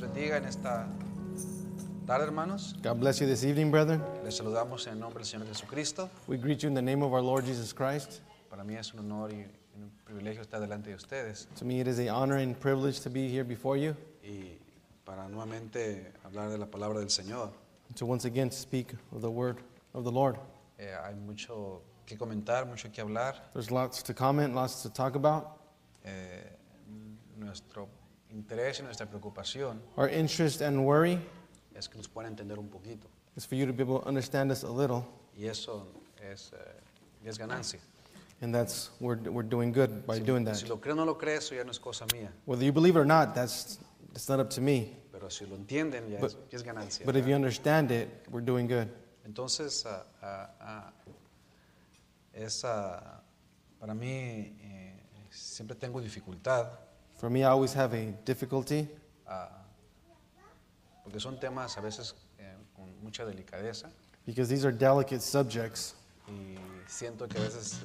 bendiga en esta tarde, hermanos. God bless you this evening, brethren. Les saludamos en el nombre del Señor Jesucristo. We greet you in the name of our Lord Jesus Christ. Para mí es un honor y un privilegio estar delante de ustedes To me, it is an honor and privilege to be here before you y para nuevamente hablar de la palabra del Señor. and to once again speak of the word of the Lord. Eh, hay mucho que comentar, mucho que hablar. There's lots to comment, lots to talk about. Eh, nuestro interés y nuestra preocupación Our interest and worry es que nos puedan entender un poquito is for you to be able to understand us a little, y eso es, eh, es ganancia. and that's we're, we're doing good by doing that. Si lo creo o no lo creo, eso ya no es cosa mía, Whether you believe it or not, that's it's not up to me. pero si lo entienden ya, es, ya es ganancia. But if you understand it, we're doing good. Entonces, ah, ah, ah, es, ah, para mí eh, siempre tengo dificultad, For me, I always have a difficulty ah, porque son temas a veces eh, con mucha delicadeza because these are delicate subjects, y siento que a veces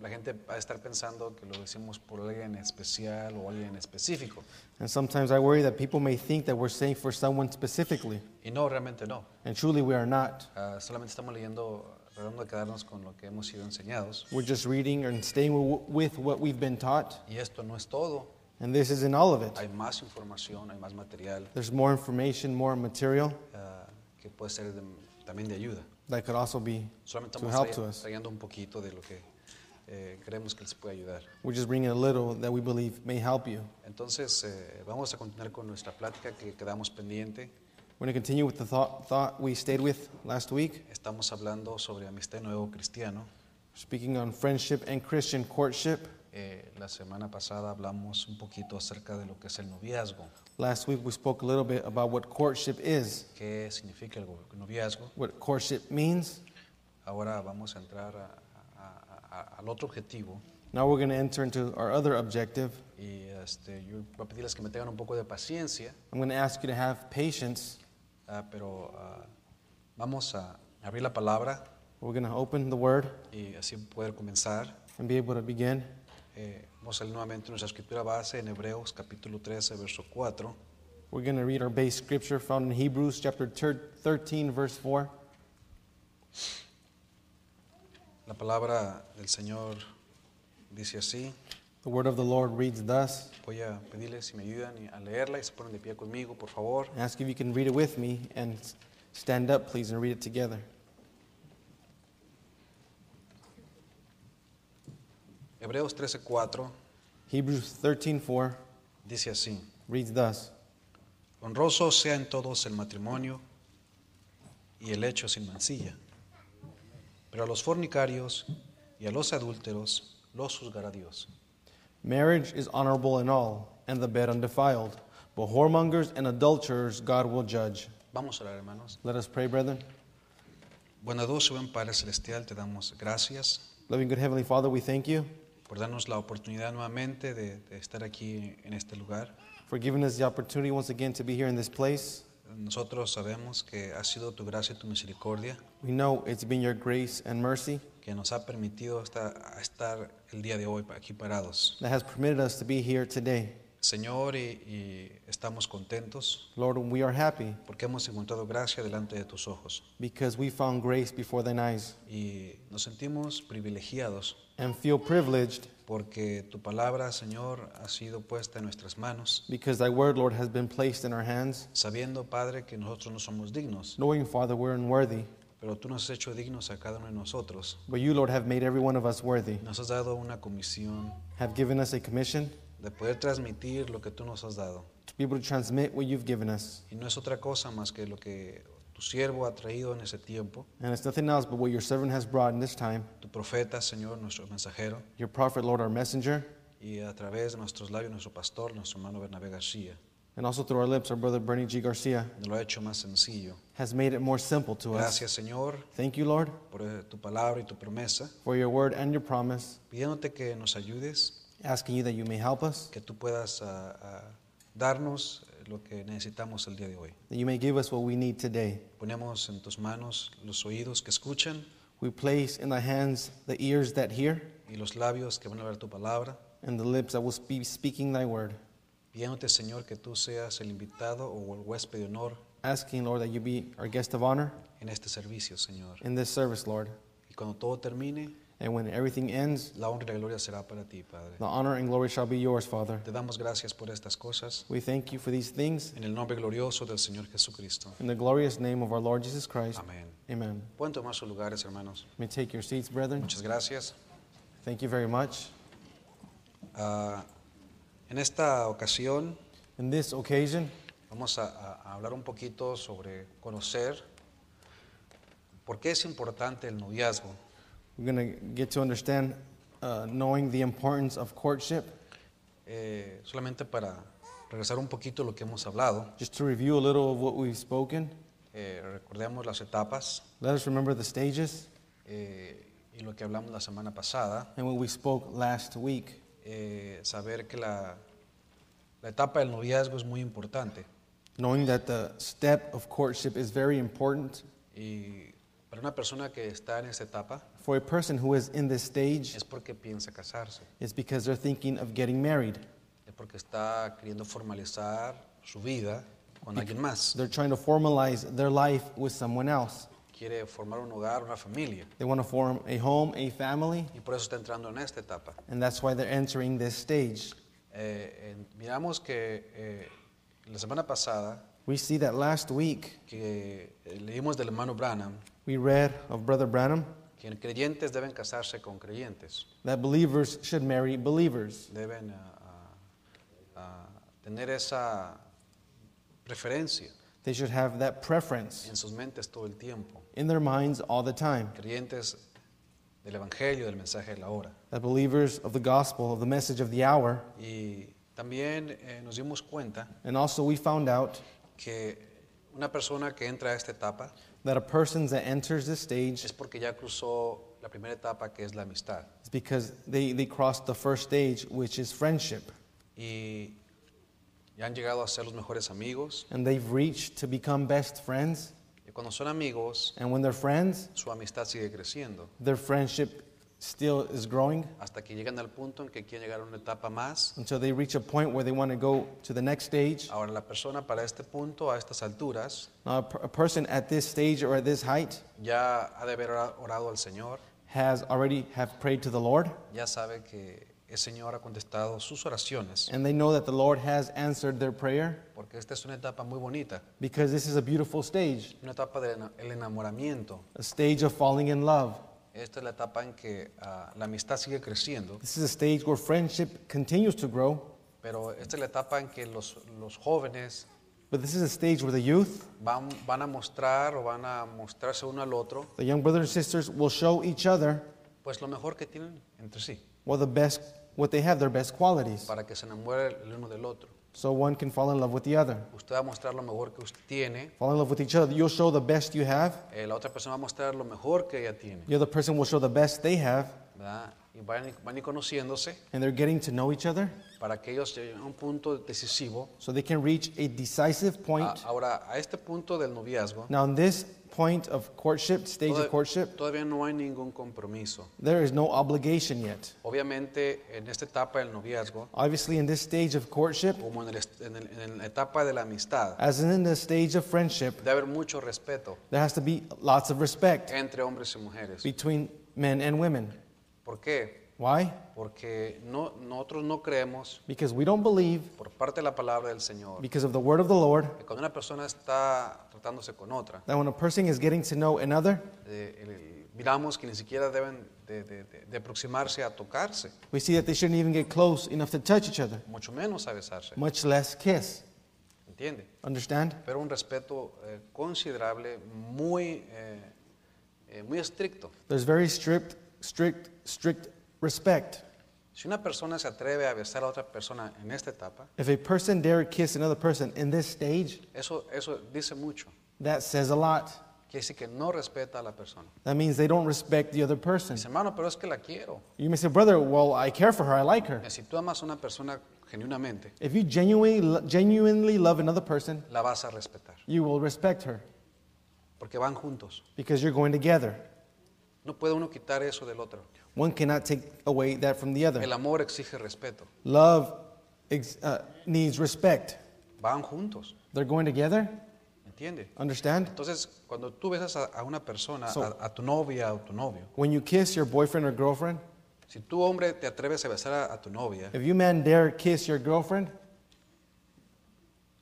la gente va a estar pensando que lo decimos por alguien especial o alguien específico. and sometimes I worry that people may think that we're saying for someone specifically, Y no, realmente no. and truly we are not. Ah, solamente estamos leyendo, tratando de quedarnos con lo que hemos sido enseñados. We're just reading and staying wi- with what we've been taught, Y esto no es todo. and this isn't all of it. Hay más información, hay más material There's more information, more material ah, que puede ser de- también de ayuda. that could also be. Solamente To estamos help trae- to us. trayendo un poquito de lo que eh, creemos que les puede ayudar. We're just bringing a little that we believe may help you. Entonces, eh, vamos a continuar con nuestra plática que quedamos pendiente. We're going to continue with the thought, thought we stayed with last week, Estamos hablando sobre amistad y nuevo cristiano. speaking on friendship and Christian courtship. Eh, la semana pasada hablamos un poquito acerca de lo que es el noviazgo, Last week we spoke a little bit about what courtship is, qué significa el go- noviazgo. what courtship means. Ahora vamos a entrar a- a- a- a- al otro objetivo Now we're going to enter into our other objective. y este, yo voy a pedirles que me tengan un poco de paciencia, I'm going to ask you to have patience. ah, pero ah, vamos a abrir la palabra We're going to open the word y así poder comenzar. and be able to begin. Eh, vamos a leer nuevamente nuestra escritura base en Hebreos capítulo 13, verso 4. We're going to read our base scripture found in Hebrews chapter thir- 13, verse 4. La palabra del Señor dice así. The word of the Lord reads thus. Voy a pedirles si me ayudan y- a leerla y se ponen de pie conmigo, por favor. I ask if you can read it with me and s- stand up, please, and read it together. Hebreos 13, 4 Hebrews 13, 4 dice así. reads thus Honroso sea en todos el matrimonio y el hecho sin mancilla. Pero a los fornicarios y a los adúlteros los juzgará Dios. Marriage is honorable in all, and the bed undefiled. But whoremongers and adulterers God will judge. Vamos a orar, hermanos. Let us pray, brethren. Bondadoso y buen Padre Celestial, te damos gracias Loving good Heavenly Father, we thank you por darnos la oportunidad nuevamente de, de estar aquí en este lugar. for giving us the opportunity once again to be here in this place. Nosotros sabemos que ha sido tu gracia y tu misericordia We know it's been your grace and mercy que nos ha permitido hasta a estar el día de hoy aquí parados. that has permitted us to be here today. Señor, y, y estamos contentos Lord, we are happy porque hemos encontrado gracia delante de tus ojos because we found grace before thine eyes y nos sentimos privilegiados and feel privileged porque tu palabra, Señor, ha sido puesta en nuestras manos, because thy word, Lord, has been placed in our hands, sabiendo, Padre, que nosotros no somos dignos, knowing, Father, we're unworthy. pero tú nos has hecho dignos a cada uno de nosotros. But you, Lord, have made every one of us worthy, Nos has dado una comisión have given us a commission de poder transmitir lo que tú nos has dado. to be able to transmit what you've given us. Y no es otra cosa más que lo que tu siervo ha traído en ese tiempo, And it's nothing else but what your servant has brought in this time, tu profeta, Señor, nuestro mensajero, your prophet, Lord, our messenger, y a través de nuestros labios, nuestro pastor, nuestro hermano Bernabé García. and also through our lips, our brother Bernie G. Garcia, Nos lo ha hecho más sencillo. has made it more simple to us. Gracias, Señor, Thank you, Lord, por eh, tu palabra y tu promesa, for your word and your promise, pidiéndote que nos ayudes, asking you that you may help us, que tú puedas ah, ah, darnos eh, lo que necesitamos el día de hoy. that you may give us what we need today. Ponemos en tus manos los oídos que escuchan We place in thy hands the ears that hear y los labios que van a hablar tu palabra. and the lips that will be speaking thy word. pidiéndote, Señor, que tú seas el invitado o el huésped de honor asking, Lord, that you be our guest of honor en este servicio, Señor. in this service, Lord. Y cuando todo termine, And when everything ends, la honra y la gloria será para ti, Padre. the honor and glory shall be yours, Father. Te damos gracias por estas cosas. We thank you for these things En el nombre glorioso del Señor Jesucristo. in the glorious name of our Lord Jesus Christ. Amén. Amen. Pueden tomar sus lugares, hermanos. You may take your seats, brethren. Muchas gracias. Thank you very much. Ah, en esta ocasión In this occasion, vamos a, a- a hablar un poquito sobre conocer por qué es importante el noviazgo. we're going to get to understand uh, knowing the importance of courtship. Eh, solamente para regresar un poquito a lo que hemos hablado, Just to review a little of what we've spoken, eh, recordemos las etapas let us remember the stages eh, y lo que hablamos la semana pasada, and what we spoke last week. eh, saber que la, la etapa del noviazgo es muy importante. Knowing that the step of courtship is very important Y para una persona que está en esta etapa for a person who is in this stage es porque piensa casarse, is because they're thinking of getting married. es porque está queriendo formalizar su vida con alguien más, They're trying to formalize their life with someone else. quiere formar un hogar, una familia, They want to form a home, a family, y por eso está entrando en esta etapa. and that's why they're entering this stage. Eh, en- miramos que eh, la semana pasada We see that last week que eh, leímos del hermano Branham we read of Brother Branham que creyentes deben casarse con creyentes, that believers should marry believers. deben ah, ah, ah, tener esa preferencia They should have that preference en sus mentes todo el tiempo. in their minds all the time. creyentes del Evangelio, del mensaje de la hora. That believers of the gospel, of the message of the hour. Y también eh, nos dimos cuenta And also, we found out que una persona que entra a esta etapa that a person that enters this stage es porque ya cruzó la primera etapa que es la amistad. is because they, they crossed the first stage, which is friendship. Y ya han llegado a ser los mejores amigos. and they've reached to become best friends. Y cuando son amigos, And when they're friends, su amistad sigue creciendo their friendship still is growing hasta que llegan al punto en que quieren llegar a una etapa más. until they reach a point where they want to go to the next stage. Ahora la persona para este punto, a estas alturas, Now, a, per- a person at this stage or at this height ya ha de haber ora- orado al Señor, has already have prayed to the Lord, ya sabe que el Señor ha contestado sus oraciones. and they know that the Lord has answered their prayer Porque esta es una etapa muy bonita, because this is a beautiful stage, una etapa del ena- el enamoramiento. a stage of falling in love. Esta es la etapa en que ah, la amistad sigue creciendo, This is a stage where friendship continues to grow, pero esta es la etapa en que los, los jóvenes but this is a stage where the youth, van, van a mostrar o van a mostrarse uno al otro, the young brothers and sisters, will show each other pues lo mejor que tienen entre sí, what the best, what they have, their best qualities. para que se enamore el uno del otro. So one can fall in love with the other. Usted va a mostrar lo mejor que usted tiene, Fall in love with each other. You'll show the best you have. eh, la otra persona va a mostrar lo mejor que ella tiene, The other person will show the best they have. ¿verdad? Y van, y- van y conociéndose And they're getting to know each other para que ellos lleguen a un punto decisivo. so they can reach a decisive Ah, point. ahora, a este punto del noviazgo, Now, in this point of courtship, stage Toda- of courtship, Todavía no hay ningún compromiso. there is no obligation yet. Obviamente, en esta etapa del noviazgo, Obviously, in this stage of courtship, como en, el est- en el- en la etapa de la amistad, as in the stage of friendship, debe haber mucho respeto there has to be lots of respect entre hombres y mujeres. between men and women. ¿Por qué? Why? Porque no, nosotros no creemos, Because we don't believe, por parte de la palabra del Señor, because of the word of the Lord, que cuando una persona está tratándose con otra, that when a person is getting to know another, eh, el- el- miramos que ni siquiera deben de, de- de- de aproximarse a tocarse, We see that they shouldn't even get close enough to touch each other, mucho menos a besarse. much less kiss. ¿Entiende? Understand? pero un respeto eh, considerable, muy, eh, eh, muy estricto. There's very strict, strict, strict respect. Si una persona se atreve a besar a otra persona en esta etapa, If a person dare kiss another person in this stage, eso, eso dice mucho. that says a lot. Quiere decir que no respeta a la persona. That means they don't respect the other person. Dice, hermano, pero es que la quiero. You may say, brother, well, I care for her, I like her. Mira, Si tú amas a una persona genuinamente, If you genuinely, genuinely love another person, la vas a respetar, you will respect her porque van juntos. because you're going together. No puede uno quitar eso del otro. One cannot take away that from the other. El amor exige respeto. Love ex- uh, needs respect. Van juntos, They're going together. ¿entiende? Understand? Entonces, cuando tú besas a, a una persona, So- a, a tu novia o tu novio, When you kiss your boyfriend or girlfriend, si tú hombre te atreves a besar a, a tu novia if you man dare kiss your girlfriend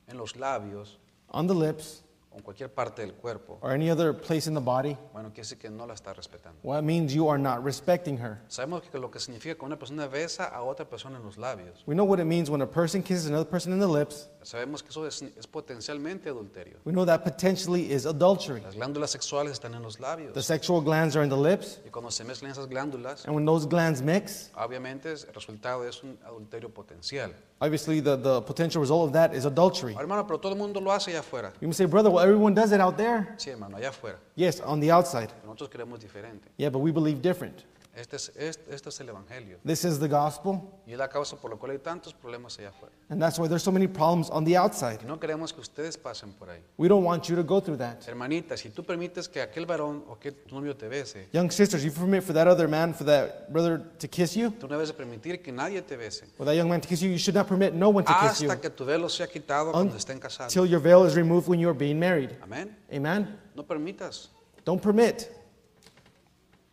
en los labios on the lips o en cualquier parte del cuerpo, or any other place in the body, bueno, quiere decir que no la está respetando. well, it means you are not respecting her. Sabemos que lo que significa que una persona besa a otra persona en los labios. We know what it means when a person kisses another person in the lips. Sabemos que eso es, es potencialmente adulterio. We know that potentially is adultery. Las glándulas sexuales están en los The labios. sexual glands are in the lips, Y cuando se mezclan esas glándulas, and when those glands mix, obviamente es- el resultado es un adulterio potencial. obviously the, the potential result of that is adultery. Ahora, hermano, pero todo el mundo lo hace allá afuera. You may say, brother, well, everyone does it out there. Sí, hermano, allá afuera. Yes, on the outside. Pero Nosotros queremos diferente. Yeah, but we believe different. Este es, este, este es el Evangelio. This is the gospel, Y es la causa por la cual hay tantos problemas allá afuera. and that's why there's so many problems on the outside. Y no queremos que ustedes pasen por ahí. We don't want you to go through that. Hermanita, si tú permites que aquel varón o que tu novio te bese, Young sisters, you permit for that other man, for that brother to kiss you, tú no debes de permitir que nadie te bese. or that young man to kiss you, you should not permit no one to kiss you Hasta que tu velo sea quitado cuando estén casados. until your veil is removed when you are being married. Amén. Amen? No permitas. Don't permit.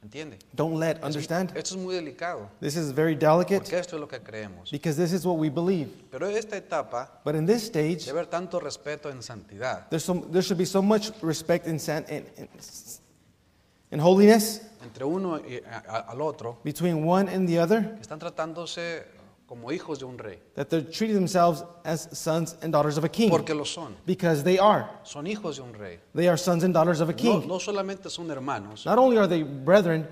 ¿Entiende? Don't let. Understand? Esto es muy delicado. This is very delicate Porque esto es lo que creemos. because this is what we believe. Pero en esta etapa But in this stage, debe haber tanto respeto en santidad. there's some, there should be so much respect and, san- and, and, and holiness entre uno y a- a- al otro between one and the other que están tratándose como hijos de un rey, that they're treating themselves as sons and daughters of a king porque lo son, because they are. son hijos de un rey. They are sons and daughters of a No, king. no solamente son hermanos, Not only are they brethren,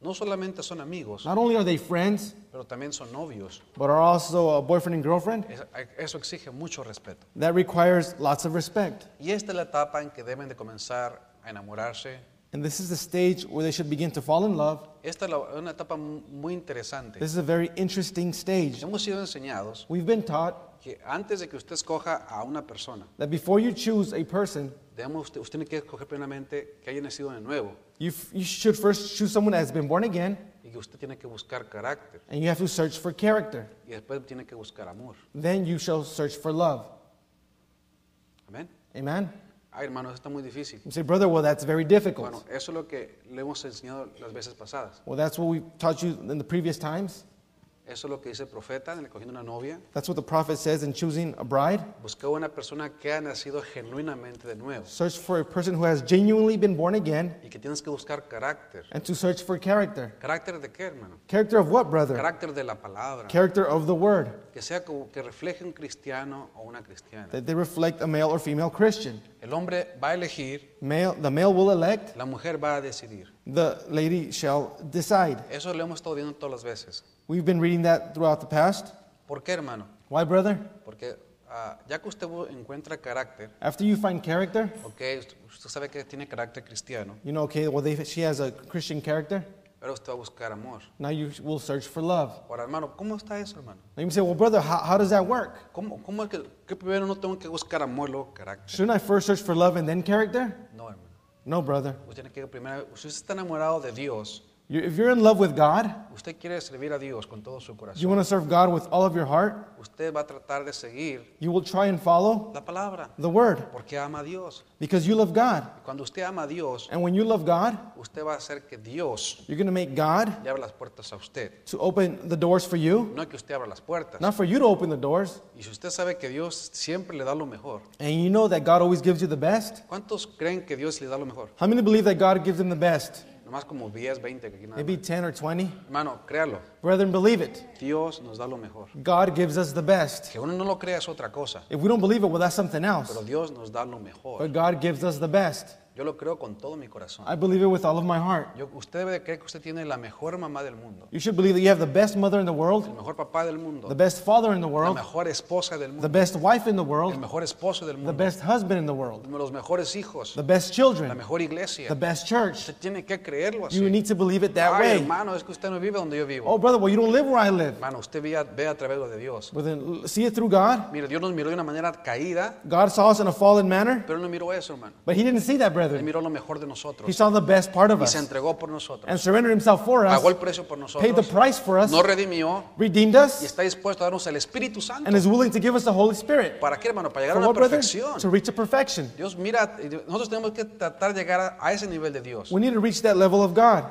no solamente son amigos, not only are they friends, pero también son novios. but are also a boyfriend and girlfriend. Es- Eso exige mucho respeto. That requires lots of respect. Y esta es la etapa en que deben de comenzar a enamorarse. And this is the stage where they should begin to fall in love. Esta es la- una etapa mu- muy interesante. This is a very interesting stage. Hemos sido enseñados We've been taught que antes de que usted escoja a una persona, that before you choose a person, debemos- usted, usted tiene que escoger plenamente que haya nacido de nuevo you, f- you should first choose someone that has been born again, y que usted tiene que buscar carácter. and you have to search for character. y después tiene que buscar amor. Then you shall search for love. Amén. Amen? Ay, hermano, eso está muy difícil. You say, brother, well, that's very Bueno, difficult. eso es lo que le hemos enseñado las veces pasadas. Well, that's what we taught you in the previous times. Eso es lo que dice el profeta en el cogiendo una novia. That's what the prophet says in choosing a bride. Busca una persona que ha nacido genuinamente de nuevo Search for a person who has genuinely been born again, y que tienes que buscar carácter. and to search for character. ¿Carácter de qué, hermano? Character of what, brother? Carácter de la palabra. Character of the word, Que sea como que refleje un cristiano o una cristiana. that they reflect a male or female Christian. El hombre va a elegir, Male, the male will elect, la mujer va a decidir. the lady shall decide. Eso lo hemos estado viendo todas las veces. We've been reading that throughout the past. ¿Por qué, hermano? Why, brother? Porque ah, ya que usted bu- encuentra carácter, After you find character, Ok, usted- usted sabe que tiene carácter cristiano, you know, okay, well, they, she has a Christian character. pero usted va a buscar amor. Now you will search for love. Ahora, hermano, ¿cómo está eso, hermano? Now you say, well, brother, how, how does that work? ¿Cómo, cómo es que, que primero no tengo que buscar amor, luego carácter? Shouldn't I first search for love and then character? No, hermano. No, brother. Usted tiene que primero, si usted está enamorado de Dios, You, if you're in love with God, usted quiere servir a Dios con todo su corazón, you want to serve God with all of your heart, usted va a tratar de seguir you will try and follow la palabra, the word porque ama a Dios. because you love God. Y cuando usted ama a Dios, And when you love God, usted va a hacer que Dios you're going to make God le abra las puertas a usted, to open the doors for you, no que usted abra las puertas. not for you to open the doors. Y si usted sabe que Dios siempre le da lo mejor, And you know that God always gives you the best. ¿cuántos creen que Dios le da lo mejor? How many believe that God gives them the best? Nomás como 10, 20 que aquí nada. Maybe 10 or 20. más. Hermano, créalo. Brethren, believe it. Dios nos da lo mejor. God gives us the best. Que uno no lo crea es otra cosa, If we don't believe it, well, that's something pero else. Dios nos da lo mejor. But God gives us the best. Yo lo creo con todo mi corazón. I believe it with all of my heart. Yo- usted debe de creer que usted tiene la mejor mamá del mundo, You should believe that you have the best mother in the el world, mejor papá del the mundo, best father in the la world, mejor esposa del the mundo, best wife in the el world, mejor esposo del the mundo, best husband in the world, los mejores hijos, the best la children, mejor the iglesia. best church. Usted tiene que creerlo You así. need to believe it that Ay, way. hermano, es que usted no vive donde yo vivo. Oh, brother, well, you don't live where I live. Hermano, usted ve a, ve a través de Dios. Well, then l- see it through God. Mire, Dios nos miró de una manera caída, God saw us in a fallen manner, pero Él no miró eso, hermano. but He didn't see that, Él together. miró lo mejor de He nosotros saw the best part of y se us entregó por nosotros. and surrendered himself for Pagó el us, precio por nosotros. paid the price for us, Nos redimió redeemed y us, está dispuesto a darnos el Espíritu Santo. and is willing to give us the Holy Spirit. ¿Para qué, hermano? Para llegar For a la what, brother? To perfección. reach a perfection. Dios mira, nosotros tenemos que tratar de llegar a, a ese nivel de Dios. We need to reach that level of God.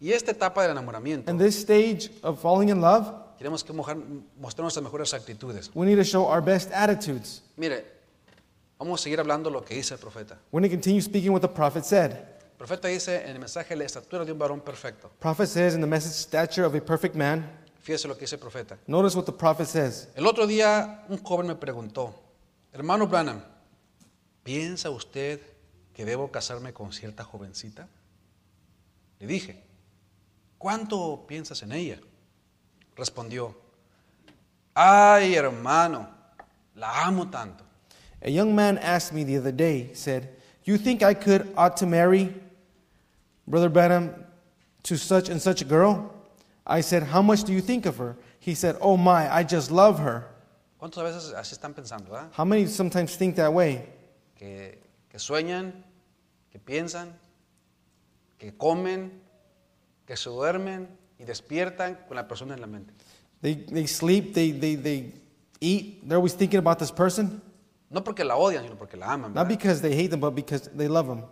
Y esta etapa del enamoramiento, And this stage of falling in love, tenemos que mojar- mostrar nuestras mejores actitudes. we need to show our best attitudes. Mire, vamos a seguir hablando lo que dice el profeta. We're going to continue speaking what the prophet said. El profeta dice en el mensaje la estatura de un varón perfecto. Prophet says in the message, stature of a perfect man. Fíjese lo que dice el profeta. Notice what the prophet says. El otro día un joven me preguntó, hermano Branham, ¿piensa usted que debo casarme con cierta jovencita? Le dije, ¿cuánto piensas en ella? Respondió, ay hermano, la amo tanto. A young man asked me the other day, said, You think I could ought to marry Brother Branham to such and such a girl? I said, How much do you think of her? He said, Oh my, I just love her. ¿Cuántas veces así están pensando? ah? How many sometimes think that way? Que, que sueñan, que piensan, que comen, que se duermen y despiertan con la persona en la mente. They, they sleep, they, they, they eat, they're always thinking about this person. No porque la odian, sino porque la aman. Not ¿verdad? because they hate them, but because they love them.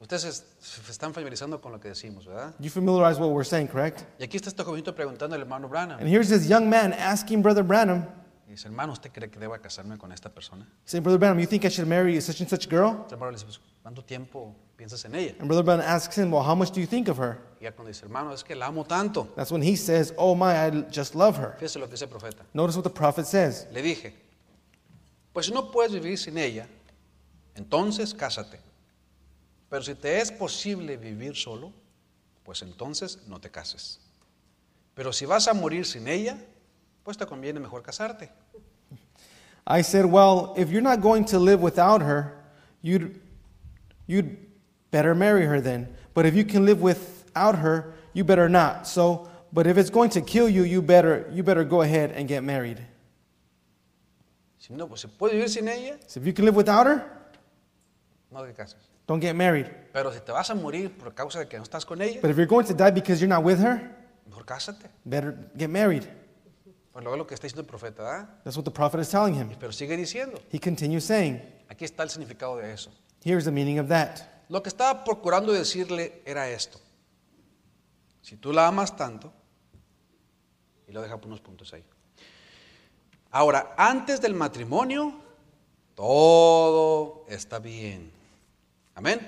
Ustedes es- se están familiarizando con lo que decimos, ¿verdad? You familiarize what we're saying, correct? Y aquí está este jovencito preguntando al hermano And Branham. here's this young man asking Brother Branham, Y dice, hermano, ¿usted cree que deba casarme con esta persona? saying, Brother Branham, you think I should marry such and such girl? El hermano le dice, "Pues, ¿cuánto tiempo piensas en ella? And Brother Branham asks him, Well, how much do you think of her? Y ya cuando dice, hermano, es que la amo tanto. That's when he says, Oh my, I just love her. Fíjese lo que dice el profeta. Notice what the prophet says. Le dije, pues si no puedes vivir sin ella, entonces cásate. Pero si te es posible vivir solo, pues entonces no te cases. Pero si vas a morir sin ella, pues te conviene mejor casarte. I said, Well, if you're not going to live without her, you'd, you'd better marry her then. But if you can live without her, you better not. So, but if it's going to kill you, you better, you better go ahead and get married. Si no, pues si puedes vivir sin ella, So if you can live without her, no te cases. don't get married. Pero si te vas a morir por causa de que no estás con ella, But if you're going to die because you're not with her, mejor cásate. better get married. Pues luego lo que está diciendo el profeta, ¿verdad? That's what the prophet is telling him. Pero sigue diciendo. He continues saying, Aquí está el significado de eso. Here's the meaning of that. Lo que estaba procurando decirle era esto. Si tú la amas tanto, y lo deja por unos puntos ahí. Ahora, antes del matrimonio, todo está bien. Amén.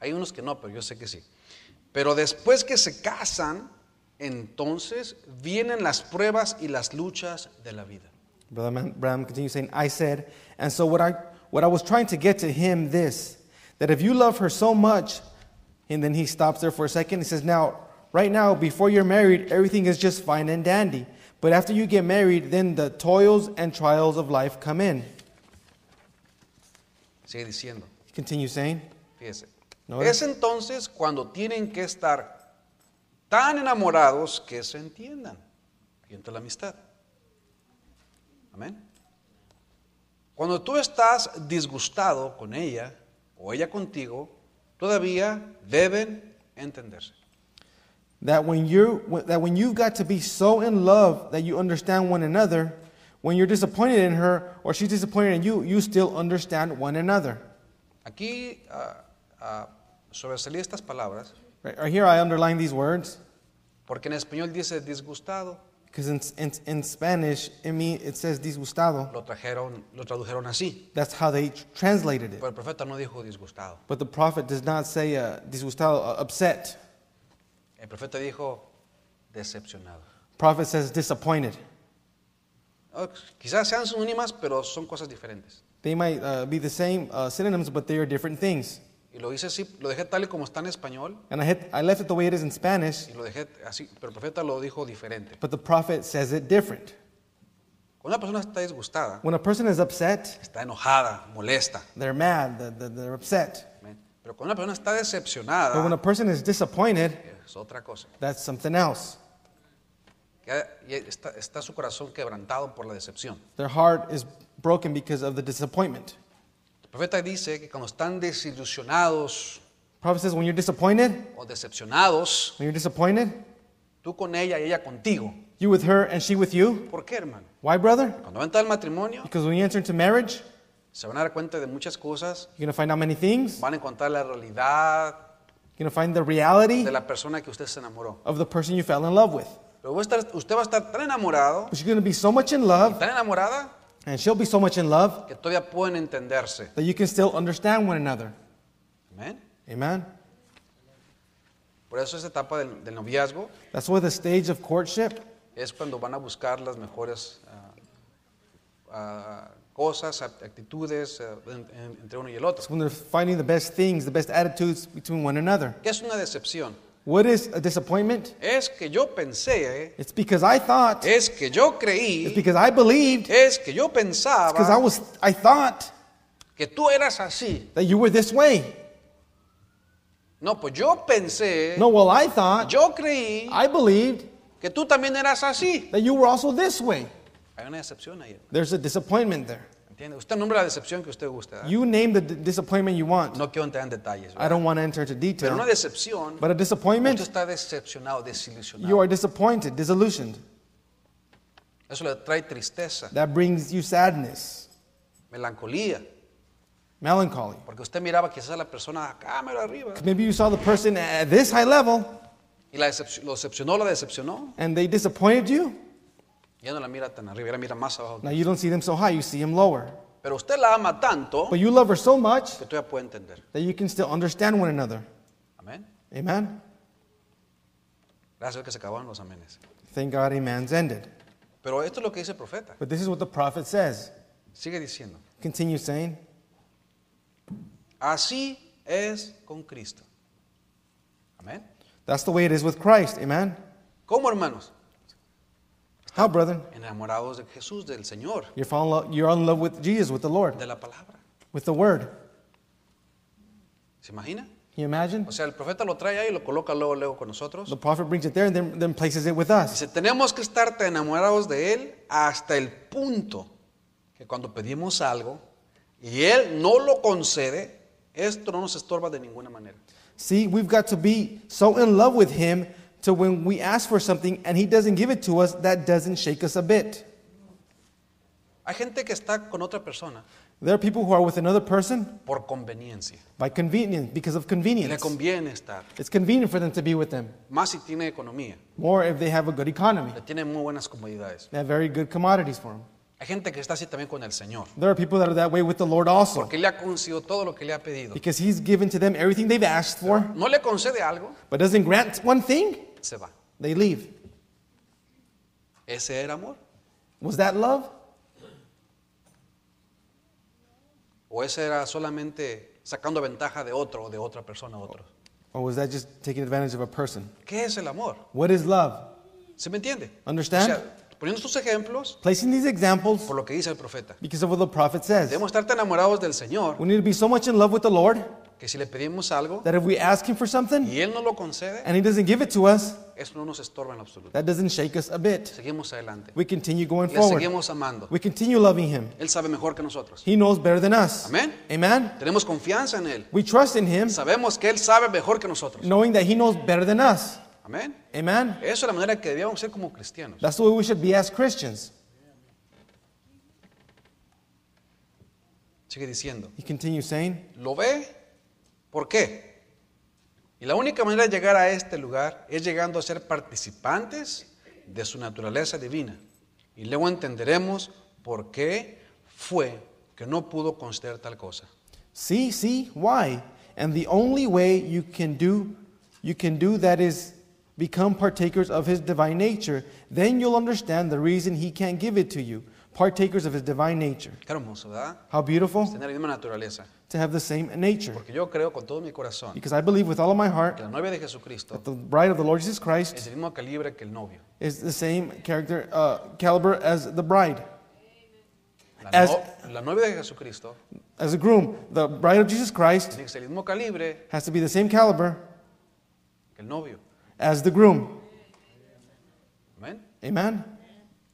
Hay unos que no, pero yo sé que sí. Pero después que se casan, entonces vienen las pruebas y las luchas de la vida. Brother Man- Branham continues saying, I said, and so what I, what I was trying to get to him this, that if you love her so much, and then he stops there for a second. He says, Now, right now, before you're married, everything is just fine and dandy. But after you get married, then the toils and trials of life come in. Sigue diciendo. He continues saying, Fíjese. No, es entonces cuando tienen que estar tan enamorados que se entiendan. Y entra la amistad. Amén. Cuando tú estás disgustado con ella o ella contigo, todavía deben entenderse. that when you're when- that when you've got to be so in love that you understand one another when you're disappointed in her or she's disappointed in you you still understand one another Aquí ah, ah, sobresalí estas palabras right, right here i underline these words porque en español dice disgustado. because in, in, in spanish it mean it says disgustado Lo trajeron, lo tradujeron así. that's how they tr- translated it Pero el profeta no dijo disgustado. but the prophet does not say uh, disgustado uh, upset El profeta dijo decepcionado. prophet says disappointed Oh, Quizás sean sinónimas, pero son cosas diferentes. they might uh, be the same uh, synonyms but they are different things Y lo hice así, lo dejé tal y como está en español, and i, hit, I left it the way it is in spanish y lo dejé así, pero el profeta lo dijo diferente. but the prophet says it different Cuando una persona está disgustada, When a person is upset, está enojada, molesta. they're mad, th- th- they're upset. amén. Pero cuando una persona está But when a decepcionada, person is disappointed, es otra cosa. that's something else. Ya- ya está, está su corazón quebrantado por la decepción. Their heart is broken because of the disappointment. El profeta dice que cuando están desilusionados Prophet says, when you're disappointed, o decepcionados, when you're disappointed, tú con ella y ella contigo. you with her and she with you. ¿Por qué, hermano? Why, brother? Cuando va a entrar el matrimonio, Because when you enter into marriage, se van a dar cuenta de muchas cosas, you're gonna find out many things. van a encontrar la realidad You're gonna find the reality de la persona que usted se enamoró. of the person you fell in love with. Pero va a estar- usted va a estar tan enamorado, But you're gonna be so much in love, tan enamorada, and she'll be so much in love que todavía pueden entenderse. that you can still understand one another. Amén. Amen. Por eso esa etapa del, del noviazgo That's why the stage of courtship es cuando van a buscar las mejores ah, ah, cosas, act- actitudes ah, en- en- entre uno y el is otro. when they're finding the best things, the best attitudes between one another. ¿Qué es una decepción? What is a disappointment? Es que yo pensé, It's because I thought, es que yo it's creí, because I believed, es que yo because I pensaba was, I thought que tú eras así. that you were this way. No, pues yo pensé, No, well, I thought, yo creí I believed que tú también eras así. that you were also this way. Hay una decepción ahí, There's a disappointment there. ¿entiende? Usted nombra la decepción que usted gusta. ¿verdad? You name the d- disappointment you Ah, want. No quiero entrar en detalles. ¿verdad? I don't want to enter into Pero una detail. decepción But a Usted disappointment, está decepcionado, you desilusionado. are disappointed, disillusioned. Eso le trae tristeza, That brings you sadness, melancolía, melancholy. porque usted miraba quizás a la persona acá, mero arriba, Maybe you saw the person at this high level y la decep- lo decepcionó, la decepcionó, and they disappointed you. ya no la mira tan arriba, ya la mira más abajo. Now you don't see them so high, you see them lower. Pero usted la ama tanto But you love her so much que usted ya puede entender. that you can still understand one another. Amén. Amen? Gracias a Dios que se acabaron los amenes. Thank God, amen's ended. Pero esto es lo que dice el profeta. But this is what the prophet says. Sigue diciendo, Continue saying, así es con Cristo. Amén. That's the way it is with Christ. Amen? ¿Cómo, hermanos? How, brethren? Enamorados de Jesús, del Señor, You're, falling lo- you're in love with Jesus, with the Lord, de la palabra. with the Word. ¿Se imagina? Can you imagine? O sea, el profeta lo trae ahí y lo coloca luego, luego con nosotros. The prophet brings it there and then, then places it with us. Dice, tenemos que estar tan enamorados de Él hasta el punto que cuando pedimos algo y Él no lo concede, esto no nos estorba de ninguna manera. See, we've got to be so in love with Him to when we ask for something and He doesn't give it to us, that doesn't shake us a bit. Hay gente que está con otra persona There are people who are with another person por conveniencia. by convenience, because of Y le convenience. conviene estar, It's convenient for them to be with them, más si tiene economía, more if they have a good economy. le tiene muy buenas comodidades. They have very good commodities for them. Hay gente que está así también con el Señor, There are people that are that way with the Lord also, porque le ha concedido todo lo que le ha pedido. because He's given to them everything they've asked for, No le concede algo, but doesn't grant one thing, se va. they leave. Ese era amor. Was that love? ¿O ese era solamente sacando ventaja de otro o de otra persona a otro? Or was that just taking advantage of a person? ¿Qué es el amor? What is love? ¿Se me entiende? Understand? O sea, poniendo estos ejemplos Placing these examples por lo que dice el profeta. because of what the prophet says. Debemos estar tan enamorados del Señor We need to be so much in love with the Lord que si le pedimos algo that if we ask Him for something y Él no lo concede, and He doesn't give it to us, eso no nos estorba en lo absoluto. that doesn't shake us a bit. Seguimos adelante. We continue going Le forward. seguimos amando. We continue loving Him. Él sabe mejor que nosotros. He knows better than us. Amén. Amen. Tenemos confianza en Él. We trust in Him, Sabemos que Él sabe mejor que nosotros. knowing that He knows better than us. Amén. Amen. Eso es la manera que debíamos ser como cristianos. That's the way we should be as Christians. Sigue diciendo. He continues saying, ¿Lo ve? ¿Por qué? Y la única manera de llegar a este lugar es llegando a ser participantes de su naturaleza divina. Y luego entenderemos por qué fue que no pudo conceder tal cosa. "See, see, why?" And the only way you can do, you can do that is become partakers of His divine nature. Then you'll understand the reason He can't give it to you. Partakers of His divine nature. Qué hermoso, ¿verdad? How beautiful Tener la misma naturaleza. to have the same nature. Porque yo creo con todo mi corazón Because I believe with all of my heart que la novia de Jesucristo that the bride of the Lord Jesus Christ es el mismo calibre que el novio. is the same character uh, caliber as the bride, La, As- no- la novia de Jesucristo as a groom. The bride of Jesus Christ tiene que ser el mismo calibre has to be the same caliber que el novio. as the groom. Amén. Amen. Es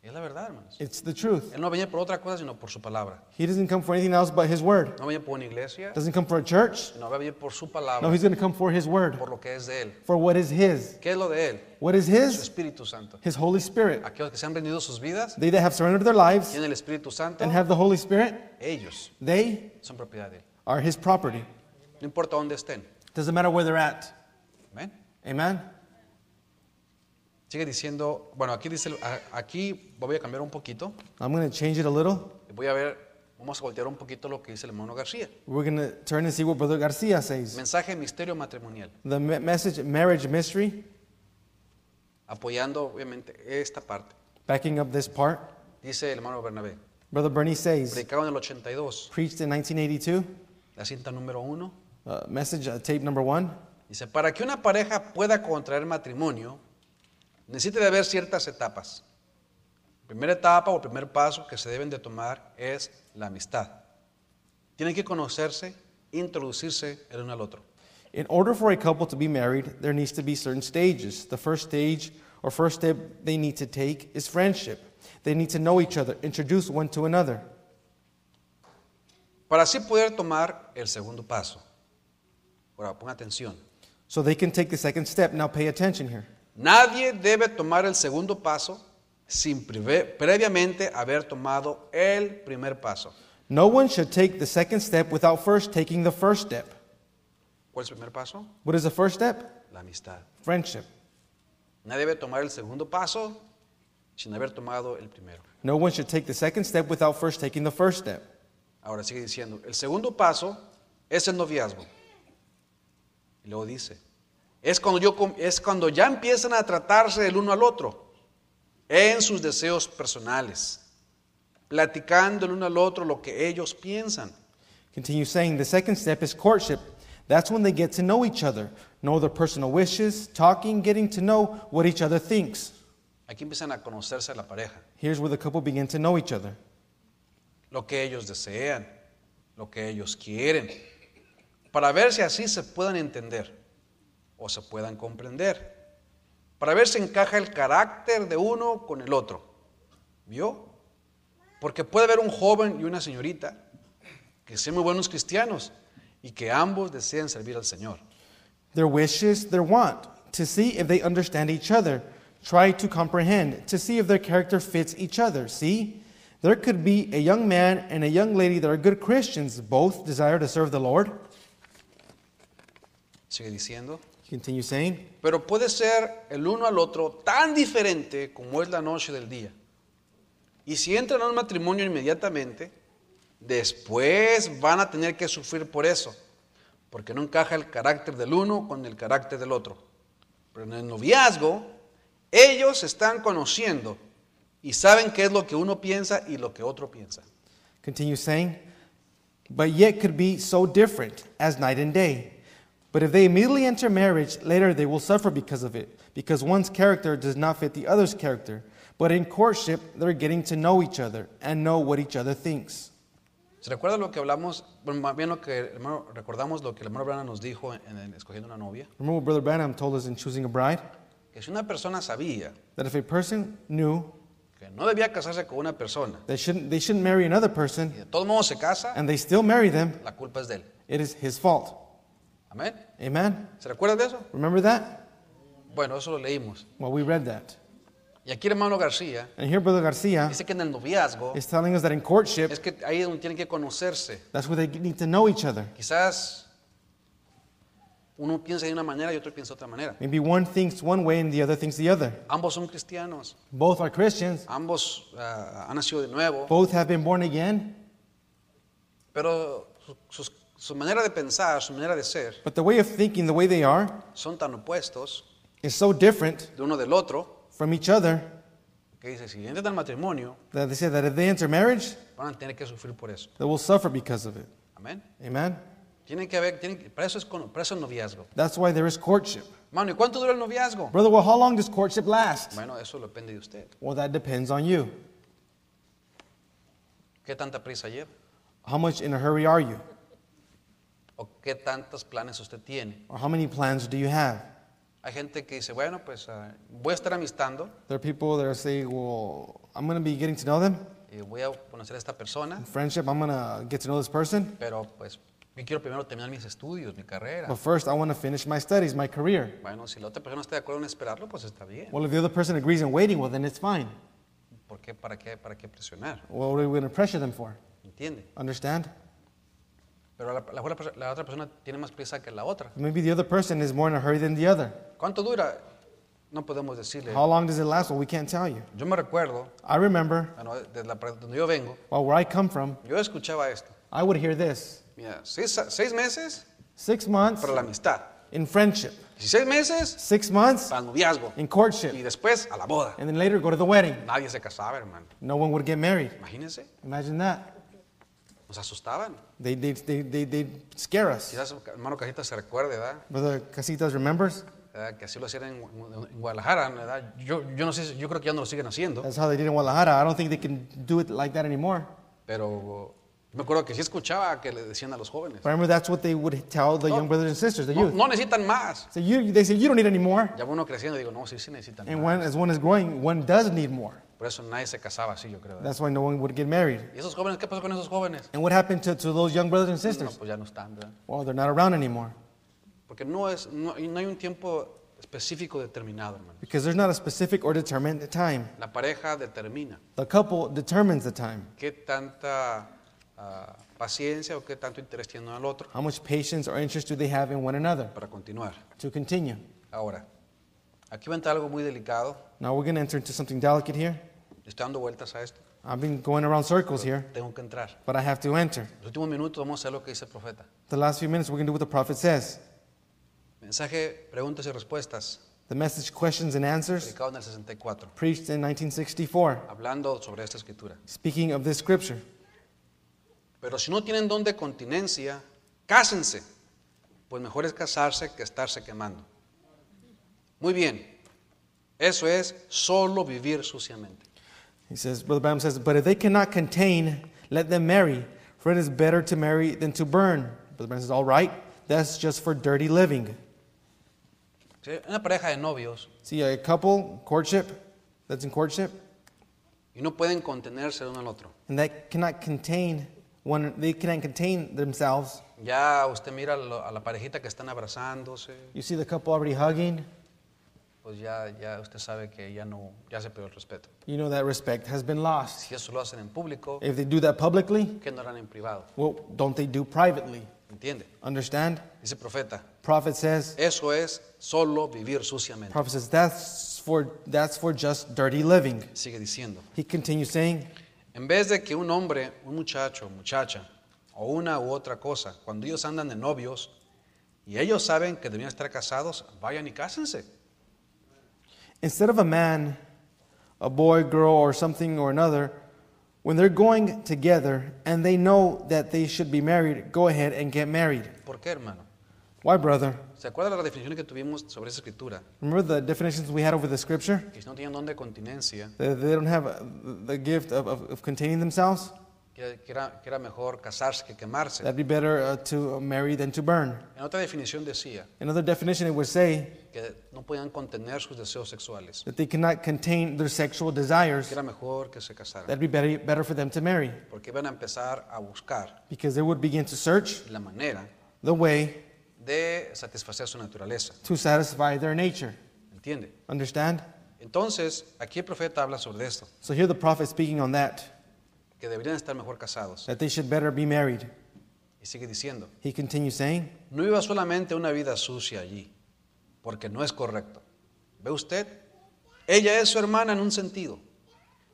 Es la verdad, hermanos. It's the truth. Él no venía por otra cosa, sino por su palabra. He doesn't come for anything else but His word. No venía por una iglesia, Doesn't come for a church. sino va a venir por su No, palabra, He's going to come for His word, por lo que es de Él. for what is His. ¿Qué es lo de Él? What is Su His? Espíritu Santo. His Holy Spirit. Aquellos que se han rendido sus vidas, They that have surrendered their lives tienen el Espíritu Santo, and have the Holy Spirit, ellos they son propiedad de Él. are His property. No importa dónde estén. Doesn't matter where they're at. Amén. Amen. Sigue diciendo, bueno, aquí dice, a- aquí voy a cambiar un poquito. I'm going to change it a little. Voy a ver, vamos a voltear un poquito lo que dice el hermano García. We're going to turn and see what Brother Garcia says. Mensaje misterio matrimonial, The me- message, marriage mystery, apoyando obviamente esta parte. backing up this part. Dice el hermano Bernabé, Brother Bernie says, predicado en el 82, preached in 1982, la cinta número uno. uh, message uh, tape number one. Dice, para que una pareja pueda contraer matrimonio, necesita de haber ciertas etapas. La primera etapa o primer paso que se deben de tomar es la amistad. Tienen que conocerse, introducirse el uno al otro. In order for a couple to be married, there needs to be certain stages. The first stage or first step they need to take is friendship. They need to know each other, introduce one to another. Para así poder tomar el segundo paso. Ahora, pon atención. So they can take the second step. Now pay attention here. Nadie debe tomar el segundo paso sin preve- previamente haber tomado el primer paso. No one should take the second step without first taking the first step. ¿Cuál es el primer paso? What is the first step? La amistad. Friendship. Nadie debe tomar el segundo paso sin haber tomado el primero. No one should take the second step without first taking the first step. Ahora sigue diciendo, el segundo paso es el noviazgo. Y luego dice, es cuando, yo, com- es cuando ya empiezan a tratarse el uno al otro en sus deseos personales, platicando el uno al otro lo que ellos piensan. Continue saying the second step is courtship. That's when they get to know each other, know their personal wishes, talking, getting to know what each other thinks. Aquí empiezan a conocerse la pareja, Here's where the couple begin to know each other. lo que ellos desean, lo que ellos quieren, para ver si así se puedan entender o se puedan comprender, para ver si encaja el carácter de uno con el otro. ¿Vio? Porque puede haber un joven y una señorita que sean muy buenos cristianos y que ambos desean servir al Señor. Their wishes, their want, to see if they understand each other, try to comprehend, to see if their character fits each other. See, there could be a young man and a young lady that are good Christians, both desire to serve the Lord. Sigue diciendo. Continue saying, Pero puede ser el uno al otro tan diferente como es la noche del día. Y si entran a un matrimonio inmediatamente, después van a tener que sufrir por eso, porque no encaja el carácter del uno con el carácter del otro. Pero en el noviazgo, ellos se están conociendo y saben qué es lo que uno piensa y lo que otro piensa. continue saying, but yet could be so different as night and day. But if they immediately enter marriage, later they will suffer because of it, because one's character does not fit the other's character. But in courtship, they're getting to know each other and know what each other thinks. ¿Se recuerda lo que hablamos? Bueno, más bien lo que el hermano- recordamos lo que el hermano Brana nos dijo en, en escogiendo una novia, Remember what Brother Branham told us in choosing a bride? que si una persona sabía That if a person knew que no debía casarse con una persona they shouldn't, they shouldn't marry another person y de todos modos se casa, and they still marry them, la culpa es de él. it is his fault. Amén. Amen? ¿Se recuerdan de eso? Remember that? Bueno, eso lo leímos. Well, we read that. Y aquí el hermano García And here Brother Garcia dice que en el noviazgo is telling us that in courtship, es que ahí es donde tienen que conocerse. that's where they need to know each other. Quizás uno piensa de una manera y otro piensa de otra manera. Maybe one thinks one way and the other thinks the other. Ambos son cristianos, Both are Christians, ambos ah, han nacido de nuevo, both have been born again, pero su- sus- su manera de pensar, su manera de ser, but the way of thinking, the way they are, son tan opuestos is so different de uno del otro from each other que dice, si entran al matrimonio, that they say that if they enter marriage, van a tener que sufrir por eso. they will suffer because of it. Amén. Amen? Tienen que haber, tienen, que- para, eso es, con- para eso es noviazgo. That's why there is courtship. Mano, ¿y cuánto dura el noviazgo? Brother, well, how long does courtship last? Bueno, eso depende de usted. Well, that depends on you. ¿Qué tanta prisa lleva? How much in a hurry are you? ¿O qué tantos planes usted tiene? Or how many plans do you have? Hay gente que dice, bueno, pues ah, voy a estar amistando There are people that are saying, well, I'm going to be getting to know them. y voy a conocer a esta persona, In friendship, I'm going to get to know this person. pero pues yo quiero primero terminar mis estudios, mi carrera. But first, I want to finish my studies, my career. Bueno, si la otra persona está de acuerdo en esperarlo, pues está bien. Well, if the other person agrees in waiting, well, then it's fine. ¿Por qué? ¿Para qué? ¿Para qué presionar? What are we going to pressure them for? ¿Entiende? Understand? Pero a la, a lo mejor la perso- la otra persona tiene más prisa que la otra. Maybe the other person is more in a hurry than the other. ¿Cuánto dura? No podemos decirle. How long does it last? Well, we can't tell you. Yo me recuerdo, I remember, bueno, desde la parte donde yo vengo, well, where I come from, yo escuchaba esto. I would hear this Mira, seis, seis meses six months para la amistad, in friendship, 16 meses six months para el noviazgo in y courtship, después a la boda. and then later go to the wedding. Nadie se casaba, hermano. No one would get married. Imagínense, Imagine that. nos asustaban. They, they, they, they, they scare us. Quizás hermano Cajita se recuerde, ¿verdad? Brother Casitas remembers? ¿Verdad? Que así lo hacían en, Gu- en Guadalajara, ¿verdad? Yo, yo no sé, si- yo creo que ya no lo siguen haciendo, That's how they did in Guadalajara. I don't think they can do it like that anymore. pero me acuerdo que sí escuchaba que le decían a los jóvenes, But I remember that's what they would tell the young brothers and sisters, the no, youth. no necesitan más. So you, they say, you don't need any more. Ya uno creciendo, digo, no, sí, sí necesitan And más. when, as one is growing, one does need more. Por eso nadie se casaba así, yo creo. ¿verdad? That's why no one would get married. ¿Y esos jóvenes? ¿Qué pasó con esos jóvenes? And what happened to, to those young brothers and No, sisters? pues ya no están, ¿verdad? Well, they're not around anymore Porque no, es, no, y no hay un tiempo específico determinado, hermano. because there's not a specific or determined time. La pareja determina The couple determines the time, qué tanta ah, paciencia o qué tanto interés tiene uno al otro how much patience or interest do they have in one another para continuar. to continue. Ahora, aquí va a entrar algo muy delicado. Now we're going to enter into something delicate here. Le Estoy dando vueltas a esto. I've been going around circles here, Tengo que entrar. but I have to enter. En los últimos minutos vamos a hacer lo que dice el profeta. The last few minutes, we're going to do what the prophet says. Mensaje, preguntas y respuestas, The message, questions, and answers, predicado en el 64, preached in 1964, hablando sobre esta escritura. speaking of this scripture. Pero si no tienen don de continencia, cásense, pues mejor es casarse que estarse quemando. Muy bien, eso es solo vivir suciamente. He says, Brother Bam says, but if they cannot contain, let them marry, for it is better to marry than to burn. Brother Bam says, all right, that's just for dirty living. Si hay Una pareja de novios See, a couple, courtship, that's in courtship, y no pueden contenerse de uno al otro. and that cannot contain one, they cannot contain themselves. Ya usted mira a lo- a la parejita que están abrazándose, You see the couple already hugging, pues ya, ya usted sabe que ya no, ya se perdió el respeto. you know that respect has been lost. Si eso lo hacen en público, If they do that publicly, ¿qué no harán en privado? well, don't they do privately? ¿Entiende? Understand? Dice el profeta, Prophet says, eso es solo vivir suciamente. Prophet says, that's for, that's for just dirty living. Sigue diciendo. He continues saying, En vez de que un hombre, un muchacho, muchacha, o una u otra cosa, cuando ellos andan de novios y ellos saben que debían estar casados, vayan y cásense. Instead of a man, a boy, girl, or something or another, when they're going together and they know that they should be married, go ahead and get married. ¿Por qué, hermano? Why, brother? ¿Se acuerda la definición que tuvimos sobre esa escritura? Remember the definitions we had over the scripture? Que si no tienen don de continencia, That they don't have uh, the gift of, of, of containing themselves? que, que era, que era mejor casarse que quemarse. That'd be better uh, to marry than to burn. En otra definición decía Another definition, it would say que no podían contener sus deseos sexuales, that they cannot contain their sexual que desires. era mejor que se casaran, That'd be better, better for them to marry porque iban a empezar a buscar because they would begin to search la manera the way de satisfacer su naturaleza. to satisfy their nature. ¿Entiende? Understand? Entonces, aquí el profeta habla sobre esto, So here the prophet speaking on that, que deberían estar mejor casados. that they should better be married. Y sigue diciendo, He continues saying, no viva solamente una vida sucia allí, porque no es correcto. ¿Ve usted? Ella es su hermana en un sentido,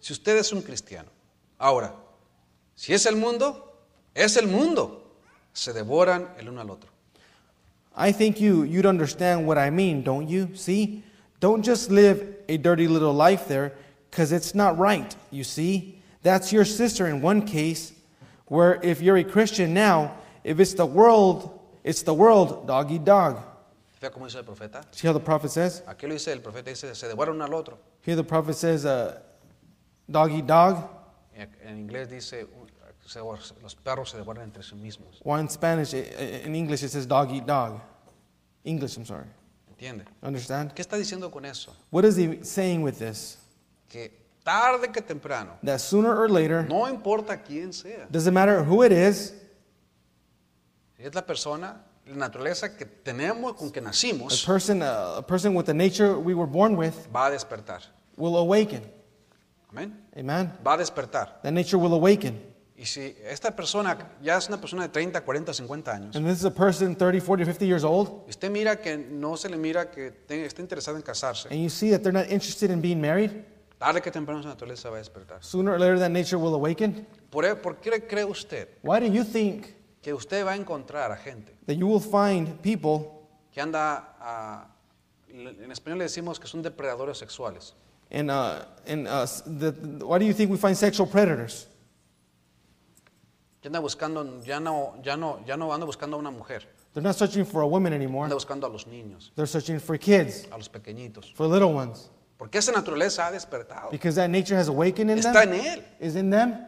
si usted es un cristiano. Ahora, si es el mundo, es el mundo. Se devoran el uno al otro. I think you you'd understand what I mean, don't you? See? Don't just live a dirty little life there, because it's not right, you see? That's your sister in one case, where if you're a Christian now, if it's the world, it's the world, dog eat dog. ¿Ve cómo dice el profeta? See how the prophet says? Aquí lo dice el profeta, dice, se devoran uno al otro. Here the prophet says, uh, dog eat dog, En en inglés dice, "Un- se- los perros se devoran entre sí mismos. uh, or in Spanish, i- i- in English, it says dog eat dog. English, I'm sorry. ¿Entiende? Understand? ¿Qué está diciendo con eso? What is he saying with this? Que tarde que temprano, That sooner or later, no importa quién sea, doesn't matter who it is, si es la persona, la naturaleza que tenemos, con que a nacimos, person, uh, a person with the nature we were born with va a despertar. will awaken. Amén. Amen. Va a despertar. That nature will awaken. Y si esta persona ya es una persona de 30, 40, 50 años, And this is a person 30, 40, 50 years old, y usted mira que no se le mira que te- está interesado en casarse, and you see that they're not interested in being married, tarde que temprano esa naturaleza va a despertar. sooner or later that nature will awaken. ¿Por, e- por qué cree usted Why do you think que usted va a encontrar a gente that you will find people, que anda a- en español le decimos que son depredadores sexuales. and, uh, and uh, s- the, why do you think we find sexual predators? Ya anda buscando, ya no, ya no, ya no anda buscando a una mujer, They're not searching for a woman anymore. anda buscando a los niños, They're searching for kids, a los pequeñitos. for little ones, Porque esa naturaleza ha despertado. because that nature has awakened in Está en them, él. is in them.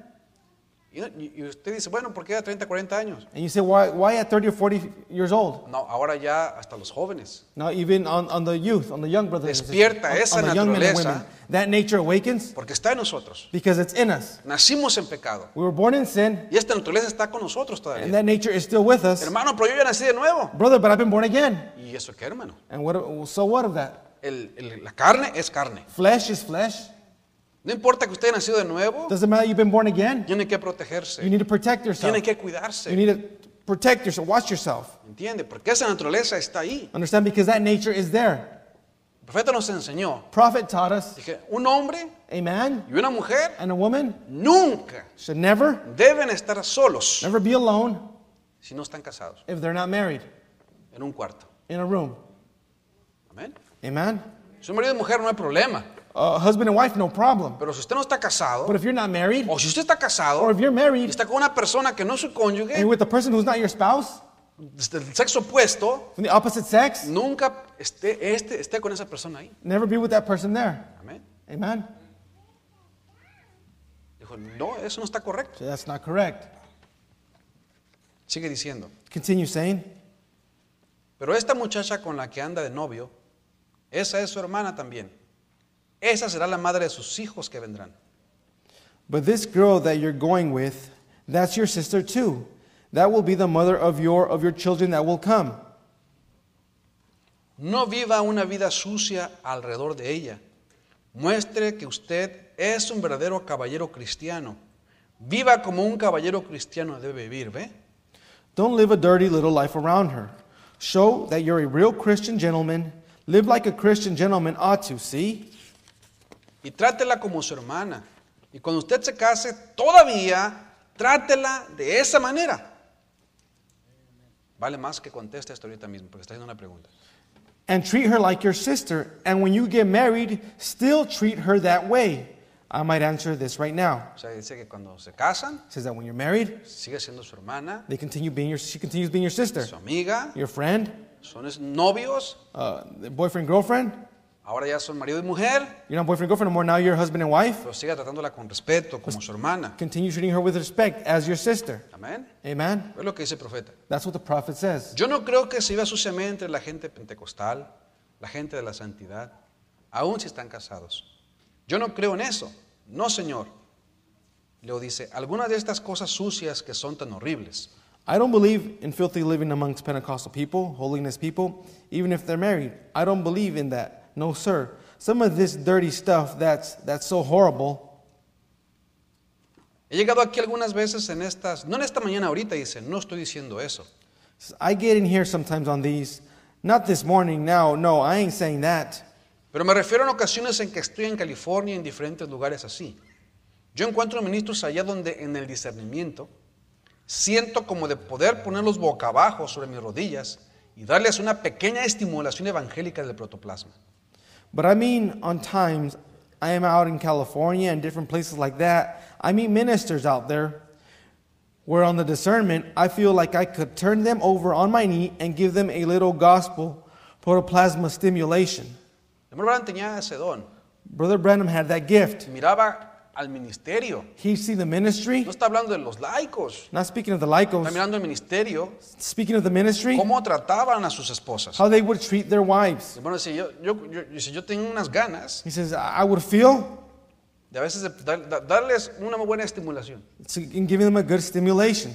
Y, y usted dice, bueno, ¿por qué a 30, 40 años? And you say, why, why at 30 or 40 years old? No, ahora ya hasta los jóvenes. Now, even on, on the youth, on the young brothers, and sisters, Despierta esa on, on the young men and naturaleza. women, that nature awakens Porque está en nosotros. because it's in us. Nacimos en pecado. We were born in sin, Y esta naturaleza está con nosotros and todavía. that nature is still with us. Hermano, pero yo ya nací de nuevo. Brother, but I've been born again. ¿Y eso qué, hermano? And what, so what of that? El- el- la carne es carne. Flesh is flesh. No importa que usted haya nacido de nuevo, Doesn't matter you've been born again. tiene que You protegerse. need to protect yourself. Tiene que You cuidarse. need to protect yourself. Watch yourself. ¿Entiende? Porque esa naturaleza está ahí. Understand? Because that nature is there. El profeta nos enseñó. Prophet taught us Dije, un hombre a man y una mujer and a woman nunca should never, deben estar solos never be alone si no están casados if they're not married en un cuarto. in a room. Amén. Amen? Si un marido y mujer no hay problema. Uh, husband and wife, no problem. Pero si usted no está casado, But if you're not married, o si usted está or casado if you're y married está con una persona que no es su cónyuge, and with a person who's not your spouse, del sexo opuesto, from the opposite sex, nunca esté, este, esté con esa persona ahí. never be with that person there. Amén. Amen? Dijo, no, eso no está correcto. So that's not correct. Sigue diciendo. Continue saying, Pero esta muchacha con la que anda de novio, esa es su hermana también. Esa será la madre de sus hijos que vendrán. But this girl that you're going with, that's your sister too. That will be the mother of your, of your children that will come. No viva una vida sucia alrededor de ella. Muestre que usted es un verdadero caballero cristiano. Viva como un caballero cristiano debe vivir, ¿ve? Don't live a dirty little life around her. Show that you're a real Christian gentleman. Live like a Christian gentleman ought to, see? Y trátela como su hermana. Y cuando usted se case, todavía trátela de esa manera. Vale más que conteste esto ahorita mismo, porque está haciendo una pregunta. And treat her like your sister. And when you get married, still treat her that way. I might answer this right now. O sea, dice que cuando se casan, It says that when you're married, sigue siendo su hermana, they continue being your, she continues being your sister, su amiga, your friend, son es- novios, uh, boyfriend, girlfriend. ahora ya son marido y mujer, You're not boyfriend, girlfriend anymore. Now you're husband and wife. pero siga tratándola con respeto, como su hermana. Continue treating her with respect as your sister. Amén. Amen? Es lo que dice el profeta. That's what the prophet says. Yo no creo que se viva suciamente entre la gente pentecostal, la gente de la santidad, aun si están casados. Yo no creo en eso. No, Señor. Luego dice, algunas de estas cosas sucias que son tan horribles. I don't believe in filthy living amongst Pentecostal people, holiness people, even if they're married. I don't believe in that. No, sir. Some of this dirty stuff that's, that's so horrible. He llegado aquí algunas veces en estas, no en esta mañana ahorita, dice, no estoy diciendo eso. I get in here sometimes on these. Not this morning, now. No, I ain't saying that. Pero me refiero a ocasiones en que estoy en California, en diferentes lugares así. Yo encuentro ministros allá donde en el discernimiento siento como de poder ponerlos boca abajo sobre mis rodillas y darles una pequeña estimulación evangélica del protoplasma. But I mean, on times, I am out in California and different places like that. I meet ministers out there where, on the discernment, I feel like I could turn them over on my knee and give them a little gospel protoplasma stimulation. El hermano Branham tenía ese don. Brother Branham had that gift. Miraba al ministerio. He see the ministry, No está hablando de los laicos. not speaking of the Está laicos, mirando el ministerio, speaking of the ministry, cómo trataban a sus esposas. how they would treat their wives. Bueno, si yo, yo, yo- yo- si yo tengo unas ganas He says, I I would feel de a veces de dar- da- darles una buena estimulación. it's in giving them a good stimulation.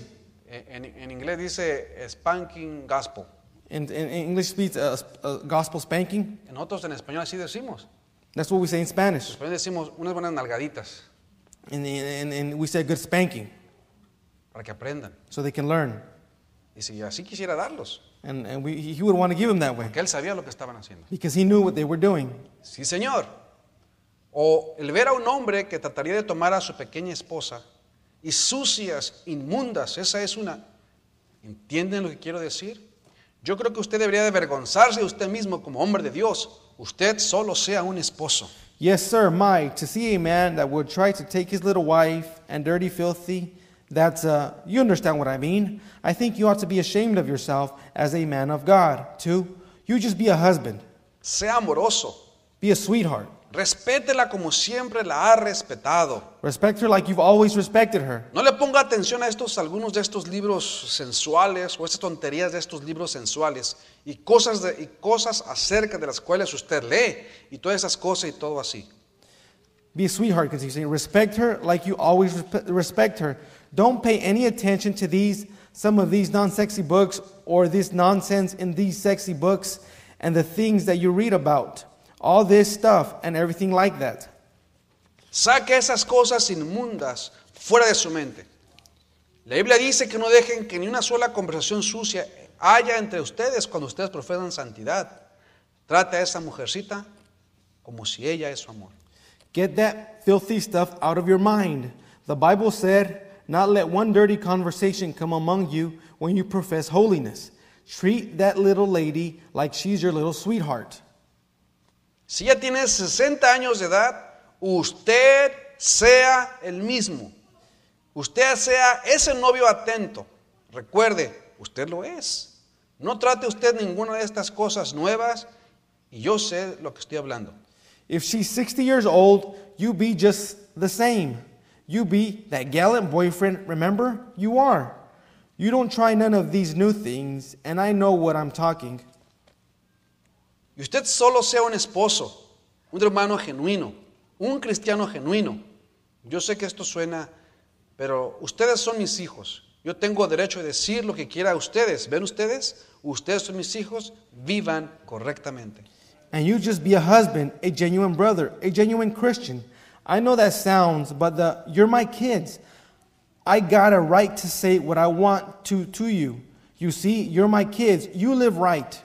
Eh, En, en inglés dice spanking gospel. In, in, in English speech, uh, sp- uh, gospel spanking, Nosotros en español así decimos. that's what we say in En Spanish. español decimos unas buenas nalgaditas And, and, and we say good spanking para que aprendan. so they can learn. Y si así quisiera darlos, And, and we, he would want to give them that way que él sabía lo que estaban haciendo. because he knew what they were doing. Sí, señor. O el ver a un hombre que trataría de tomar a su pequeña esposa y sucias, inmundas, esa es una. ¿Entienden lo que quiero decir? Yo creo que usted debería de avergonzarse de usted mismo como hombre de Dios. Usted solo sea un esposo. Yes, sir, my, to see a man that would try to take his little wife and dirty, filthy, that's, uh, you understand what I mean. I think you ought to be ashamed of yourself as a man of God. Two, you just be a husband, Sea amoroso. be a sweetheart. Respétela como siempre la ha respetado. Respect her like you've always respected her. No le ponga atención a estos algunos de estos libros sensuales o estas tonterías de estos libros sensuales y cosas de- y cosas acerca de las cuales usted lee y todas esas cosas y todo así. Be a sweetheart, because he's saying, respect her like you always respe- respect her. Don't pay any attention to these, some of these non sexy books or this nonsense in these sexy books and the things that you read about. All this stuff and everything like that. Saque esas cosas inmundas fuera de su mente. La Biblia dice que no dejen que ni una sola conversación sucia haya entre ustedes cuando ustedes profesan santidad. Trata a esa mujercita como si ella es su amor. Get that filthy stuff out of your mind. The Bible said, Not let one dirty conversation come among you when you profess holiness. Treat that little lady like she's your little sweetheart. Si ya tiene 60 años de edad, usted sea el mismo. Usted sea ese novio atento. Recuerde, usted lo es. No trate usted ninguna de estas cosas nuevas y yo sé lo que estoy hablando. If she's 60 years old, you be just the same. You be that gallant boyfriend, remember? You are. You don't try none of these new things, and I know what I'm talking. Y usted solo sea un esposo, un hermano genuino, un cristiano genuino. Yo sé que esto suena, pero ustedes son mis hijos. Yo tengo derecho a decir lo que quiera a ustedes. ¿Ven ustedes? Ustedes son mis hijos, vivan correctamente. And you just be a husband, a genuine brother, a genuine Christian. I know that sounds, but the you're my kids. I got a right to say what I want to to you. You see, you're my kids. You live right.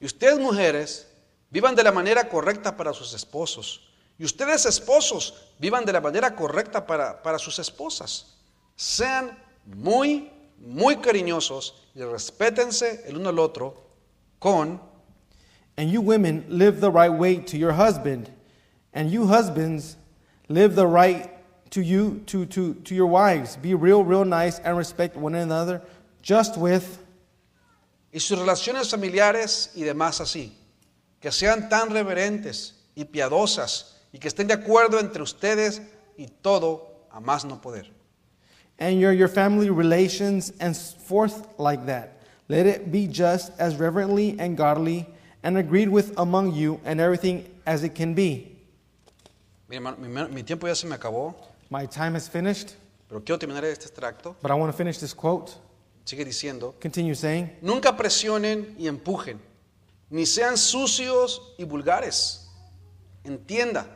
Y ustedes mujeres, vivan de la manera correcta para sus esposos. Y ustedes esposos, vivan de la manera correcta para, para sus esposas. Sean muy, muy cariñosos y respétense el uno al otro con And you women live the right way to your husband. And you husbands live the right to you to to to your wives. Be real, real nice and respect one another just with y sus relaciones familiares y demás así. Que sean tan reverentes y piadosas y que estén de acuerdo entre ustedes y todo a más no poder. and your, your family relations and s- forth like that. Let it be just as reverently and godly and agreed with among you and everything as it can be. Mi, hermano- mi hermano- mi tiempo ya se me acabó, My time is finished, pero quiero terminar este extracto. but I want to finish this quote. Sigue diciendo, Continue saying, nunca presionen y empujen, ni sean sucios y vulgares. Entienda,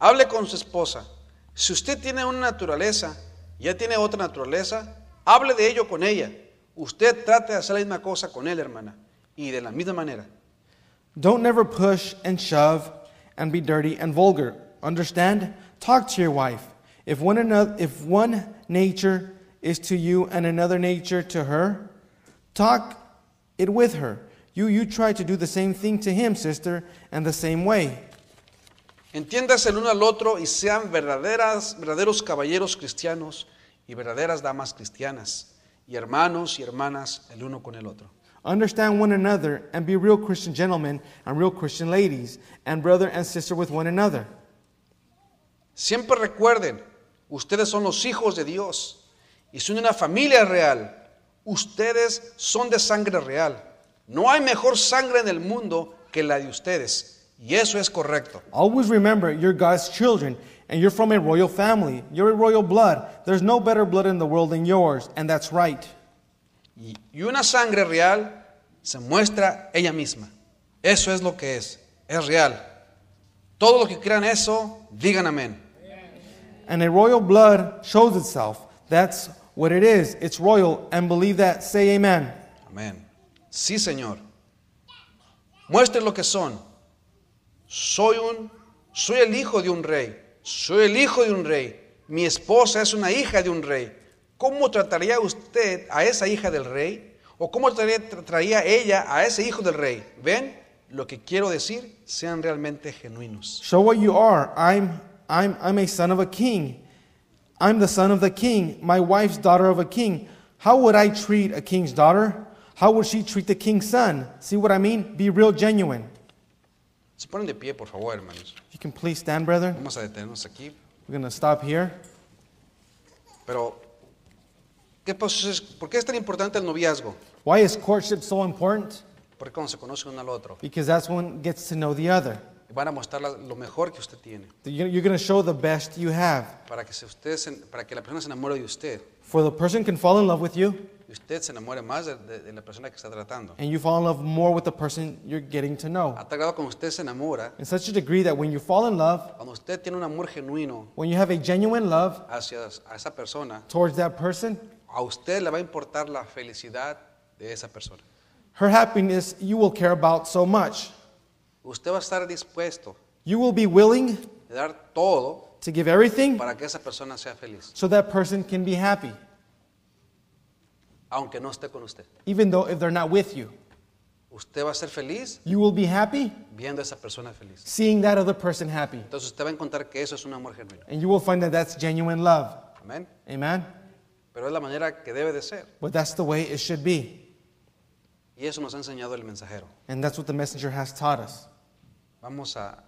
hable con su esposa. Si usted tiene una naturaleza, ya tiene otra naturaleza, hable de ello con ella. Usted trate de hacer la misma cosa con él, hermana, y de la misma manera. Don't never push and shove and be dirty and vulgar. Understand? Talk to your wife. If one another if one nature is to you and another nature to her, talk it with her. You you try to do the same thing to him, sister, and the same way. Entiéndase el uno al otro y sean verdaderas, verdaderos caballeros cristianos y verdaderas damas cristianas, y hermanos y hermanas el uno con el otro. Understand one another and be real Christian gentlemen and real Christian ladies and brother and sister with one another. Siempre recuerden, ustedes son los hijos de Dios y son una familia real. Ustedes son de sangre real. No hay mejor sangre en el mundo que la de ustedes. Y eso es correcto. Always remember you're God's children and you're from a royal family. You're a royal blood. There's no better blood in the world than yours, and that's right. Y y una sangre real se muestra ella misma. Eso es lo que es. Es real. Todos los que crean eso, digan amén. And a royal blood shows itself. That's what it is. It's royal, and believe that. Say amen. Amén. Sí, Señor. Muestren lo que son. Soy un soy el hijo de un rey. Soy el hijo de un rey. Mi esposa es una hija de un rey. ¿Cómo trataría usted a esa hija del rey? ¿O cómo trataría, trataría ella a ese hijo del rey? ¿Ven? Lo que quiero decir, sean realmente genuinos. Show what you are. I'm, I'm, I'm a son of a king. I'm the son of the king, my wife's daughter of a king. How would I treat a king's daughter? How would she treat the king's son? See what I mean? Be real, genuine. Se ponen de pie, por favor, hermanos. You can please stand, brother. Vamos a detenernos aquí. We're going to stop here. Pero, ¿qué pasa? ¿por qué es tan importante el noviazgo? Why is courtship so important? Porque cuando se conocen uno al otro, Because that's when one gets to know the other. van a mostrar la- lo mejor que usted tiene. You're going to show the best you have. Para que, se- usted se- para que la persona se enamore de usted. For the person can fall in love with you, Y usted se enamore más de, de- de la persona que está tratando. and you fall in love more with the person you're getting to know. A tal grado como usted se enamora, In such a degree that when you fall in love, cuando usted tiene un amor genuino when you have a genuine love hacia a esa persona, towards that person, a usted le va a importar la felicidad de esa persona. her happiness you will care about so much. Usted va a estar dispuesto You will be willing a dar todo to give everything para que esa persona sea feliz, so that person can be happy, aunque no esté con usted. even though if they're not with you. Usted va a ser feliz You will be happy viendo a esa persona feliz. seeing that other person happy. Entonces usted va a encontrar que eso es un amor genuino. And you will find that that's genuine love. Amén. Amen? Pero es la manera que debe de ser. But that's the way it should be. Y eso nos ha enseñado el mensajero. And that's what the messenger has taught us. Vamos a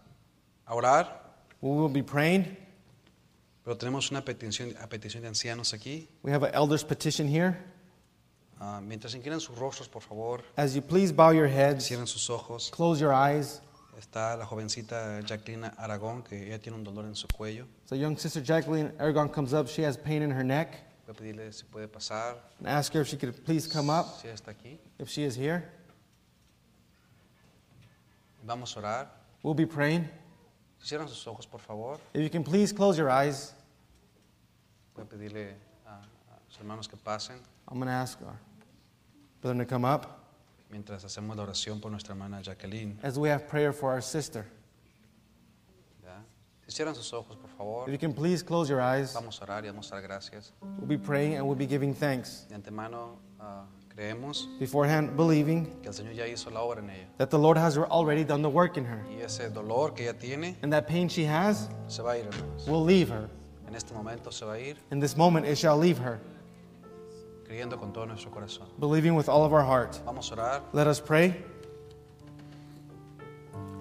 a orar, We will be praying. pero tenemos una petición, a petición de ancianos aquí. We have an elder's petition here. Ah, mientras inclinan sus rostros, por favor, As you please bow your heads, cierren sus ojos. close your eyes. Está la jovencita Jacqueline Aragón, que ella tiene un dolor en su cuello. So, young sister Jacqueline Aragon comes up. She has pain in her neck. Voy a pedirle si puede pasar, And ask her if she could please come up, si ella está aquí. if she is here. Vamos a orar. We'll be praying. Si cierran sus ojos, por favor, If you can please close your eyes, voy a pedirle a, a los hermanos que pasen I'm going to ask our brother to come up mientras hacemos la oración por nuestra hermana Jacqueline. as we have prayer for our sister. ¿ya? Si cierran sus ojos, por If favor, you can please close your eyes, vamos a orar y vamos a dar gracias. we'll be praying and we'll be giving thanks. De antemano ah, creemos Beforehand, believing que el Señor ya hizo la obra en ella. that the Lord has already done the work in her. Y ese dolor que ella tiene And that pain she has se va a ir, hermanos. will leave her. En este momento se va a ir In this moment, it shall leave her, creyendo con todo nuestro corazón. believing with all of our heart. Vamos a orar. Let us pray.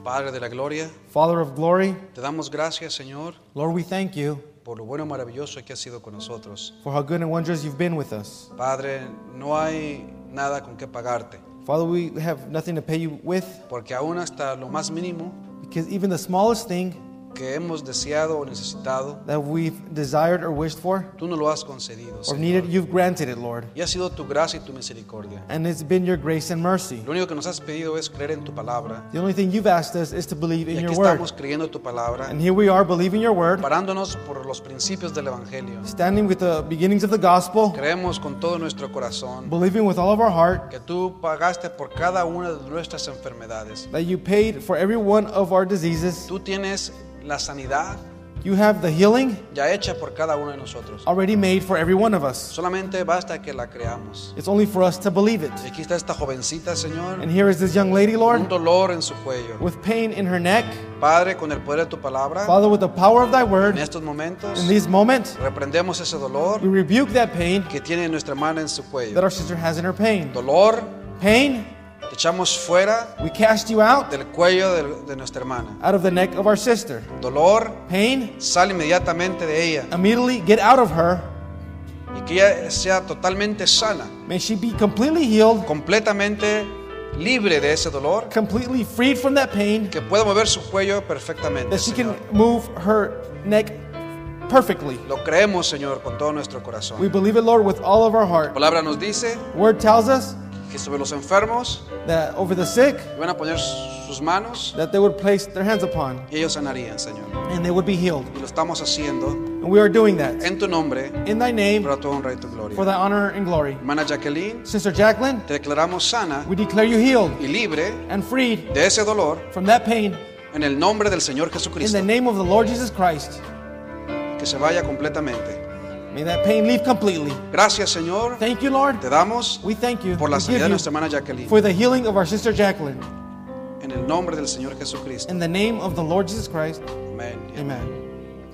Padre de la gloria, Father of glory, te damos gracias, Señor, Lord, we thank you por lo bueno y maravilloso que has sido con nosotros. for how good and wondrous you've been with us. Padre, no hay nada con qué pagarte, Father, we have nothing to pay you with porque aún hasta lo más mínimo because even the smallest thing que hemos deseado o necesitado, that we've desired or wished for tú nos lo has concedido. or Señor. needed, you've granted it, Lord. Y ha sido tu gracia y tu misericordia. And it's been your grace and mercy. Lo único que nos has pedido es creer en tu palabra. The only thing you've asked us is to believe Y in aquí your word. estamos creyendo tu palabra, And here we are believing your word, parándonos por los principios del Evangelio. standing with the beginnings of the gospel, Creemos con todo nuestro corazón believing with all of our heart que tú pagaste por cada una de nuestras enfermedades. that you paid for every one of our diseases. Tú tienes la sanidad You have the healing ya hecha por cada uno de nosotros. already made for every one of us. Solamente basta que la creamos. It's only for us to believe it. Y aquí está esta jovencita, Señor, And here is this young lady, con un Lord, dolor en su cuello. with pain in her neck. Padre, con el poder de tu palabra, Father, with the power of thy en word, estos momentos in this moment, reprendemos ese dolor we rebuke that pain que tiene nuestra hermana en su that cuello. our sister has in her pain. Dolor Pain Te echamos fuera We cast you out del cuello de, de nuestra hermana. out of the neck of our sister. Dolor, Pain, sal inmediatamente de ella immediately get out of her. y que ella sea totalmente sana, May she be completely healed, completamente libre de ese dolor, completely freed from that pain, que pueda mover su cuello perfectamente. that she can Señor. move her neck perfectly. Lo creemos, Señor, con todo nuestro We corazón. believe it, Lord, with all of our La heart. palabra nos dice Word tells us que sobre los enfermos that over the sick, iban a poner sus manos that they would place their hands upon y ellos sanarían, Señor. and they would be healed. Y lo estamos haciendo And we are doing that en tu nombre, in thy name para tu honra y tu for gloria. thy honor and glory. Hermana Jacqueline, Sister Jacqueline, te declaramos sana we declare you healed y libre and freed de ese dolor from that pain en el nombre del Señor in Jesucristo. the name of the Lord Jesus Christ. Que se vaya completamente. May that pain leave completely. Gracias, Señor. Thank you, Lord. Te damos We thank you, por la We sanidad give de you nuestra hermana Jacqueline. for the healing of our sister Jacqueline. En el nombre del Señor Jesucristo. In the name of the Lord Jesus Christ, Amén. amen.